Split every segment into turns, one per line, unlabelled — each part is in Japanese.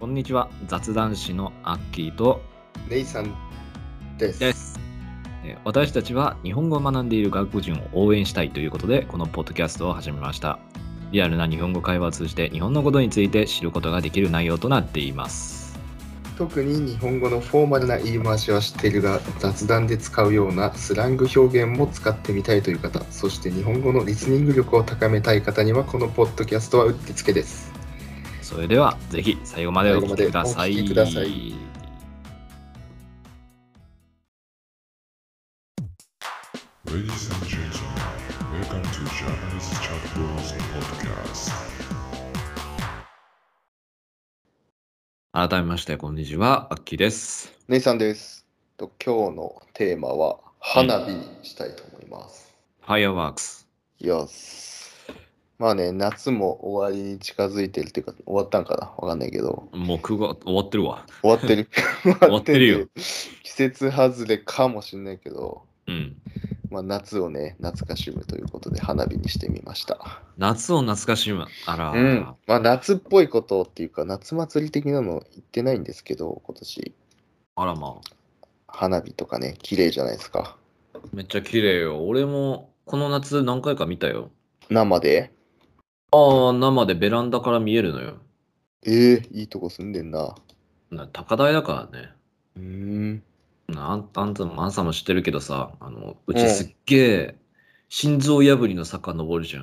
こんにちは雑談師のアッキーと
レイさんです。
ですえー私たちは日本語を学んでいる外国人を応援したいということでこのポッドキャストを始めましたリアルな日本語会話を通じて日本のことについて知ることができる内容となっています
特に日本語のフォーマルな言い回しは知っているが、雑談で使うようなスラング表現も使ってみたいという方、そして日本語のリスニング力を高めたい方には、このポッドキャストはうってつけです。
それではぜひ最後までお聞きください
最後までお聞きください
Ladies and gentlemen, welcome to Japanese Chat Bros Podcast.
改めましてこんにちはアッキーです
レイさんです。と今日のテーマは、花火にしたいと思います。
Fireworks
よし。まあね、夏も終わりに近づいてるっていうか、終わったんかなわかんないけど、
もう9月終わってるわ
終わって る。
終わってるよ。
季節外れかもしれないけど、
うん
まあ、夏をね、懐かしむということで花火にしてみました。
夏を懐かしむあら、
うん。まあ、夏っぽいことっていうか、夏祭り的なの行ってないんですけど、今年、
あらまあ
花火とかね、綺麗じゃないですか。
めっちゃ綺麗よ。俺もこの夏何回か見たよ。
生で。
ああ、生でベランダから見えるのよ。
ええいいとこ住んでんな。
な高台だからね。
うーん。
なあんあんたも、あんさんも知ってるけどさ、あのうちすっげえ心臓破りの坂登るじゃ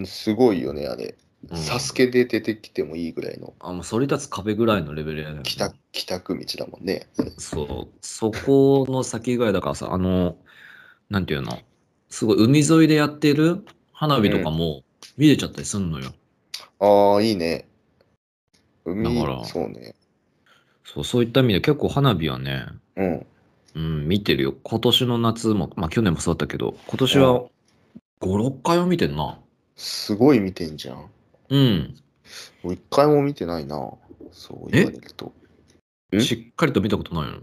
ん。
すごいよね、あれ。
うん
サスケで出てきてもいいぐらいの
あもうそれ立つ壁ぐらいのレベルやね。
帰宅帰宅道だもんね。
そう。そこの先ぐらいだからさ、あの、なんていうの、すごい海沿いでやってる花火とかも見れちゃったりすんのよ。
ああ、いいね。海
だか、ら
そうね。
そうそういった意味で結構花火はね、
うん。
うん、見てるよ。今年の夏も、まあ去年もそうだったけど、今年は
う
5、6回は見てんな。
すごい見てんじゃん。
うん。
俺一回も見てないな。そう言われると。ん
しっかりと見たことないの。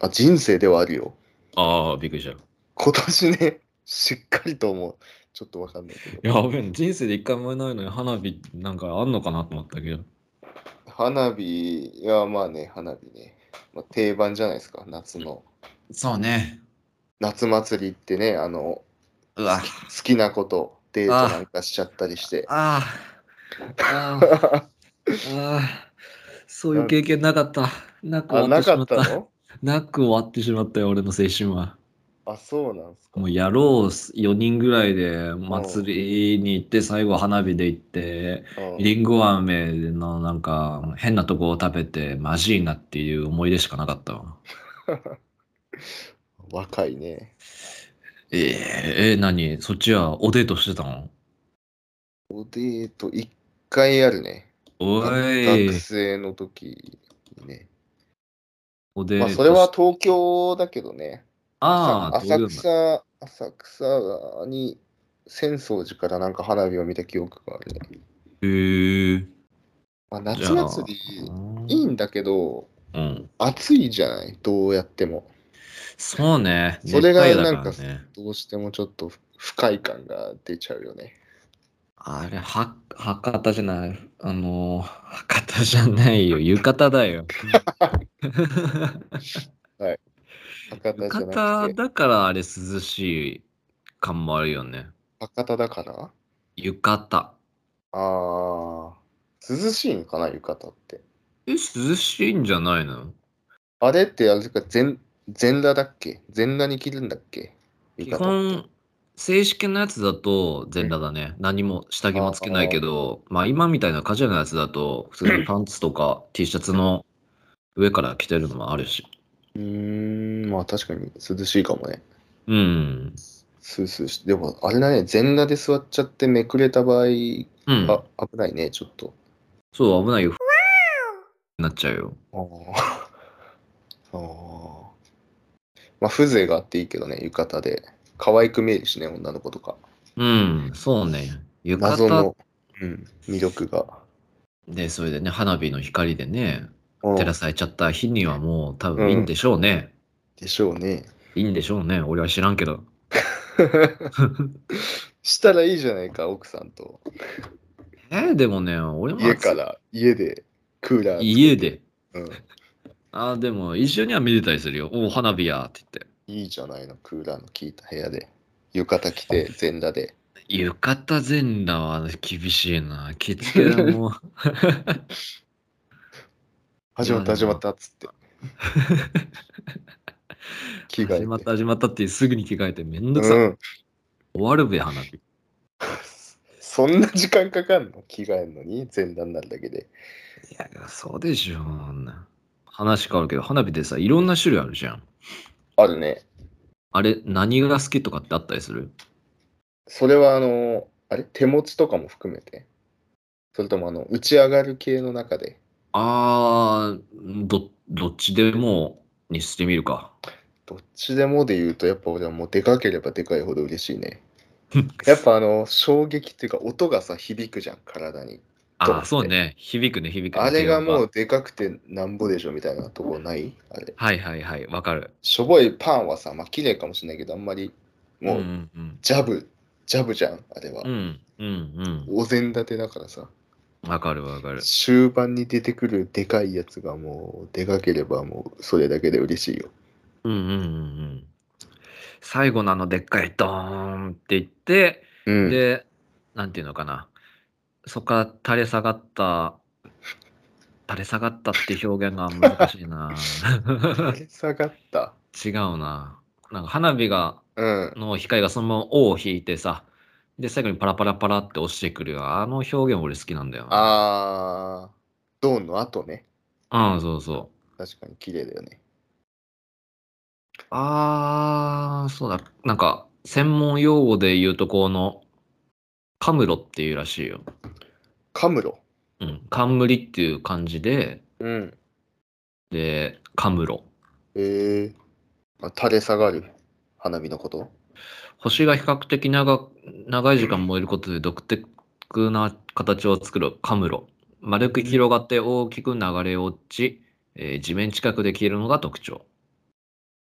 あ、人生ではあるよ。
ああ、びっくりした。
今年ね、しっかりと思う。ちょっとわかんないけど。
やべえ、人生で一回もないのに花火なんかあんのかなと思ったけど。
花火、いや、まあね、花火ね。まあ、定番じゃないですか、夏の。
そうね。
夏祭りってね、あの、
うわ。
好きなこと、デートなんかしちゃったりして。
ああ。ああ。ああ。そういう経験なかった。なく終 わっ
あ、な
てし
か
ま
っ
った。
たの
なく終わってしまったよ、俺の青春は。
あ、そうなんですか
も。うやろう4人ぐらいで祭りに行って最後花火で行って
うん
りんご飴のなんか変なとこを食べてマジいなっていう思い出しかなかったわ。
若いね。
えええ何そっちはおデートしてたの
おデート、一回あるね。
おい
学、生の時にね。
おデー
ま
ト
あ、
し
それは東京だけどね。
ああ、
浅
どういうの
草、浅草に浅草寺からなんか花火を見た記憶があるね。
へえ
まあ、
じゃ
夏
あ
祭りいいんだけど、
うん。
暑いじゃない、どうやっても。
そうね。
それが
熱帯夜
なん
だ
から
ね、
どうしてもちょっと不快感が出ちゃうよね。
あれ、は、博多じゃない。あのー、博多じゃない よ。浴衣だよ。浴
博多じゃな
衣
くて、
だからあれ涼しい感もあるよね。
博多だから
浴衣。
あー、涼しいのかな、浴衣って。
え、涼しいんじゃないの
あれってあれか全、全裸だっけ全裸に着るんだっけ浴
基
衣って。
本、正式なやつだと全裸だね。何も下着もつけないけど、まあ今みたいなカジュアルなやつだと、普通にパンツとか T シャツの上から着てるのもあるし。
うーん、まあ確かに涼しいかもね。
うん。
スースーし、でもあれだね、全裸で座っちゃってめくれた場合、
うん。
あ、危ないね、ちょっと。
そう、危ないよ。なっちゃうよ。
あー あー。まあ、風情があっていいけどね、浴衣で。可愛く見えるしね、女の子とか。
うん、そうね。浴
謎
衣
の、うん、魅力が。
で、それでね、花火の光でね、
うん
照らされちゃった日にはもう多分いいんでしょうね。
でしょうね。
いいんでしょうね。俺は知らんけど。
したらいいじゃないか、奥さんと。
えーでもね、俺も
家から、家でクーラー。
家で。
うん。
あーでも一緒には見れたりするよ。おー花火やって言って。
いいじゃないの、クーラーの効いた部屋で。浴衣着て、全裸で。
浴衣全裸は厳しいな。着付けだもん。
始まった、始まったっつ って。 着替えて
始まった始まったってすぐに着替えてめんどくさ。
うん。
終わるべ花火。
そんな時間かかんの着替えんのに、全裸になるだけで。
いや、そうでしょあんな。話変わるけど、花火でさ、いろんな種類あるじゃん。
あるね。
あれ、何が好きとかってあったりする
それはあの、あれ手持ちとかも含めて。それともあの、打ち上がる系の中で。
あー、ど、どっちでもにしてみるか。
どっちでもで言うと、やっぱ俺はもうでかければでかいほど嬉し いね。やっぱあの、衝撃っていうか、音がさ、響くじゃん、体に。どう
あー、
って
そうね。響くね、響くね。
あれがも
手
うでかくてなんぼでしょみたいなとこないあれ。
はいはいはい、わかる。
しょぼいパンはさ、まあ綺麗かもしれないけど、あんまりも
う
ううん
うん
ジャブ、ジャブじゃん、あれは
う。ん。うんうん
お膳立てだからさ、
うん。わかるわかる。
終盤に出てくるでかいやつがもうでかければもうそれだけで嬉しいよ。
うんうんうんうん。最後のあのでっかいドーンって言って、
うん。
で、なんていうのかな。そこから垂れ下がった、垂れ下がったって表現が難しいな。
垂れ下がった。
違うな。なんか花火が、
うん。
の光がそのまま尾を引いてさ、で、最後にパラパラパラって落ちてくる。あの表現俺好きなんだよな。
あー、ドーンの後ね。
うん、そうそう。
確かに綺麗だよね。
あー、そうだ。なんか、専門用語で言うとこの、カムロっていうらしいよ。
カムロ。
うん。冠っていう漢字で、
うん。
で、カムロ。
えー、あ垂れ下がる花火のこと
星が比較的長長い時間燃えることで独特な形を作るカムロ。丸く広がって大きく流れ落ち、えー地面近くで消えるのが特徴。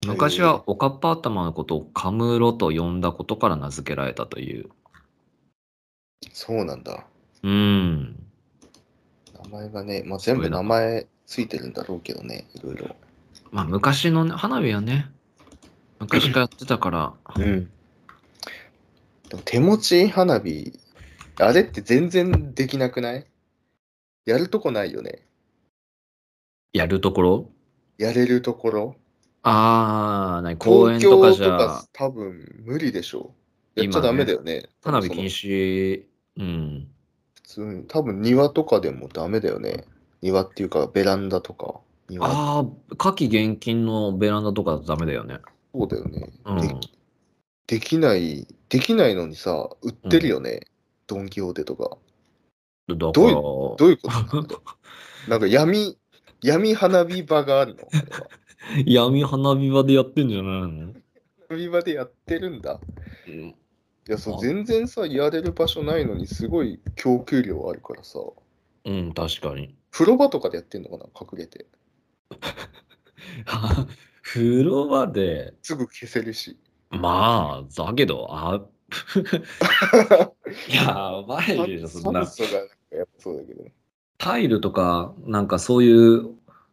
昔
へー
はおかっぱ頭のことをカムロと呼んだことから名付けられたという。
そうなんだ。
うん。
名前がね、まあ、全部名前ついてるんだろうけどね、いろいろ。
まあ昔の、ね、花火はね、昔からやってたから、
うん。でも手持ち花火、あれって全然できなくないやるとこないよね。
やるところ
やれるところ。
ああ、なに公園とかじ
東京と
ゃ
か多分無理でしょう。やっちゃダメだよね。
花火禁
止。
止。うん。
普通に多分庭とかでもダメだよね。庭っていうかベランダとか。庭
ああ、夏季厳禁のベランダとかだとダメだよね。
そうだよね、
うん。
で。できない、できないのにさ、売ってるよね。ドン・キホーテと
だ
か。
から、
どどういうことなのなんか闇、闇花火場があるのあれは
闇花火場でやってんじゃないの
花火場でやってるんだ。
うん
いや、そ
あ
う、全然さ、やれる場所ないのに、すごい供給量あるからさ、
うん、確かに。
風呂場とかでやってんのかな、隠れて。
風呂場で、
すぐ消せるし。
まあ、だけど、あ、 やばい でしょ、そんな。
酸素がなんかやっぱそうだけどね。
タイルとか、なんかそういう、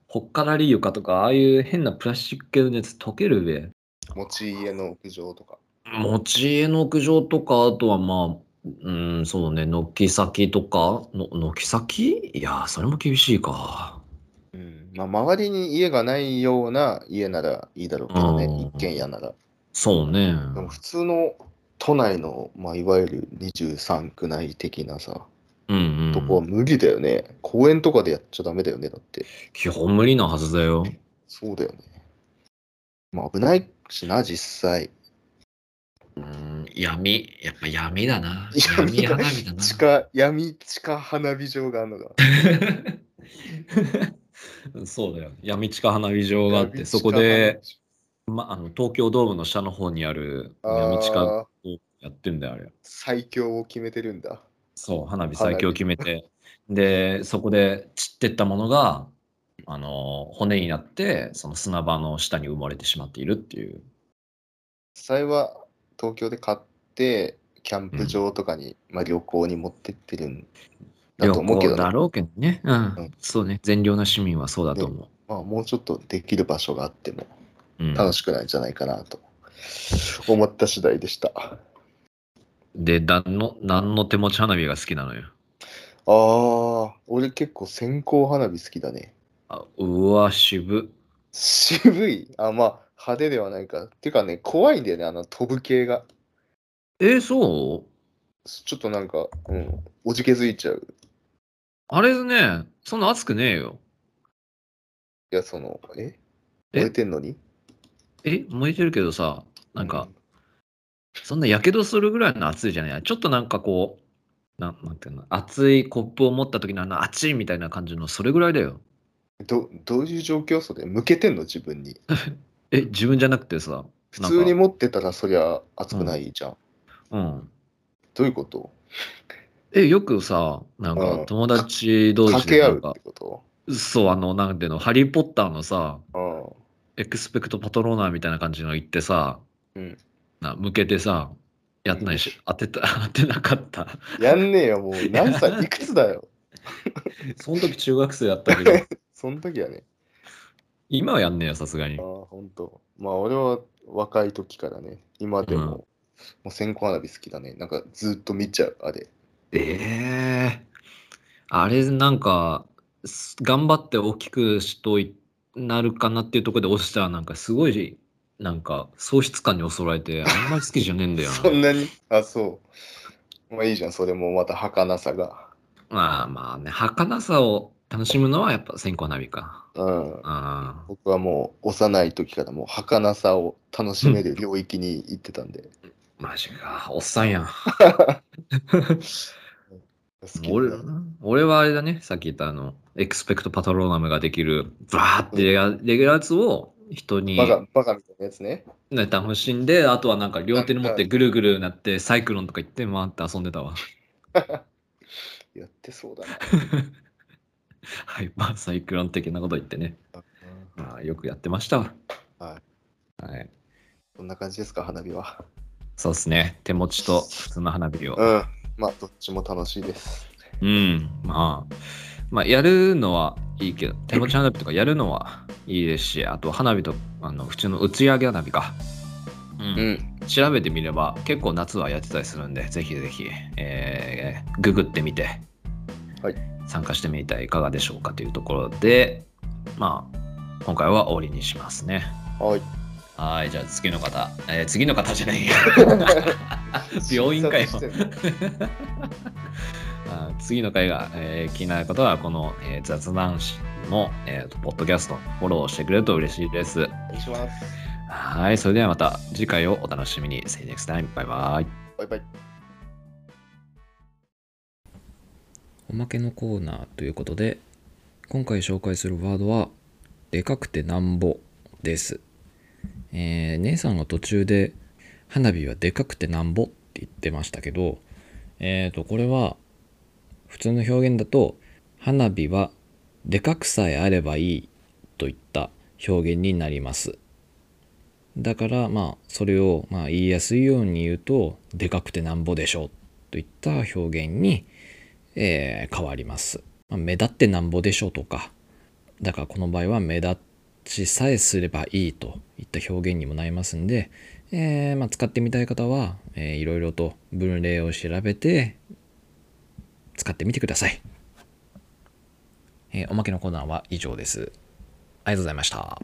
ほっからり床とか、ああいう変なプラスチック系のやつ溶けるべ。
持ち家の屋上とか。
持ち家の屋上とか、あとはまあ、うん、そうね、軒先とか、の軒先いや、それも厳しいか。
うん。まあ、周りに家がないような家ならいいだろうけどね、
うん
一軒家なら。
そうね。
でも普通の都内の、まあ、いわゆる23区内的なさ、
うん
とこ
う
は
ん。
無理だよね。公園とかでやっちゃダメだよね、だって。
基本無理なはずだよ。
そうだよね。まあ危ないしな、実際。
うん、闇、やっぱ闇だな。
闇
闇
だ
花火だな。
地下、闇地下花火場があるのが。
そうだよ。闇地下花火場があって、そこで、ま、あの東京ドームの下の方にある
闇
闇
地
地下
下花火場。あー
やってんだよ、あれ。
最強を決めてるんだ。
そう、花火最強決めて。で、そこで散ってったものが、あの、骨になって、その砂場の下に埋もれてしまっているっていう。
実際は東京で買って、キャンプ場とかに、まあ、旅行に持ってってるんだと思うけど
旅行だ
ね、
ろうけどね。うん。
うん
そうね。善良な市民はそうだと思
まあ、もうちょっとできる場所があっても
う。うん、
楽しくないんじゃないかなと思った次第でした。あ
で、何の、何の手持ち花火が好きなのよ。
あ、俺結構線香花火好きだね。
あうわ、渋。
渋い。あ、まあ派手ではないか。てかね、怖いんだよね、あの飛ぶ系が。
えそう
ちょっとなんか、うん、おじけづいちゃう。
あれね、そんな熱くねえよ。
いや、その、え
え
燃えてんのに
え、燃えてるけどさ、なんか、、そんな火傷するぐらいの熱いじゃない。ちょっとなんかこう、なんなんていうの、熱いコップを持った時のあの熱いみたいな感じの、それぐらいだよ。
うんどどういう状況それ向けてんの自分に。
え、自分じゃなくてさ、
普通
な
に
んか
持ってたらそりゃ熱くないじゃん。
うん。
どういうこと
え、よくさ、なん
う
か
ん
友達同
掛
士で
け合
な
うんっ
か
て、こと
そう、あの、なんていうの、ハリー・ポッターのさ、
う
エクスペクト・パトローナーみたいな感じの言ってさ、
うん
な向けてさ、やってないし、当てた、当てなかった。
ん。やんねえよ、もう。何歳、いくつだよ。
その時中学生やったけど、
そん時はね。
今はやんねえよ、さすがに
ああ。、ほんと。まあ、俺は若い時からね、今でも、
うん
もう線香花火好きだね。なんかずっと見ちゃう、あれ。
ええあれなんかす頑張って大きくしといなるかなっていうところで落ちたらなんかすごいなんか喪失感に襲われてあんまり好きじゃねえんだよ
そん
な。
なにあ、そう。まあいいじゃん、それもまた儚さが。
まあまあね儚さを楽しむのはやっぱ線香花火か。
うん。
あ
僕はもう幼い時からもう儚さを楽しめる領域に行ってたんで。
ーマジかおっさんやん。
好きだ
俺俺はあれだねさっき言ったあのエクスペクトパトローナムができるバーってやできるやつを人に
バカ、バカみたいなやつね。
ね、楽しんで、あとはなんか両手に持ってぐるぐるなって、サイクロンとか行って回って遊んでたわ。
やってそうだな。
はい、まあサイクロン的なこと言ってね。まあよくやってましたわ。。
は い
はい、
こんな感じですか、花火は。
そうですね。手持ちと普通の花火を。
うん。まあ、どっちも楽しいです。
うん、まあ。まあやるのはいいけど、手持ち花火とかやるのはいいですし、あと花火と、あの、普通の打ち上げ花火か。うん
ん。
調べてみれば結構夏はやってたりするんでぜひぜひ、えーググってみて、
はい
参加してみてはいかがでしょうかというところでまあ今回は終わりにしますね
はい。
はいじゃあ次の方、えー次の方じゃない 病院かよ
診察してんの
あー次の回が、えー気になる方はこの、えー雑談誌の、えーとポッドキャストフォローしてくれると嬉しいです
お願いします。
はいそれではまた次回をお楽しみに See you next time バイバイ
バイバイ。
おまけのコーナーということで今回紹介するワードは「でかくてなんぼ」です、えー姉さんが途中で「花火はでかくてなんぼ」って言ってましたけどえー、とこれは普通の表現だと「花火はでかくさえあればいい」といった表現になりますだからまあそれをまあ言いやすいように言うと「でかくてなんぼでしょ」といった表現にえー変わります。まあ目立ってなんぼでしょうとか、だからこの場合は目立ちさえすればいいといった表現にもなりますんで、えーまあ、使ってみたい方は、えー、いろいろと分類を調べて使ってみてください。えーおまけのコーナーは以上です。ありがとうございました。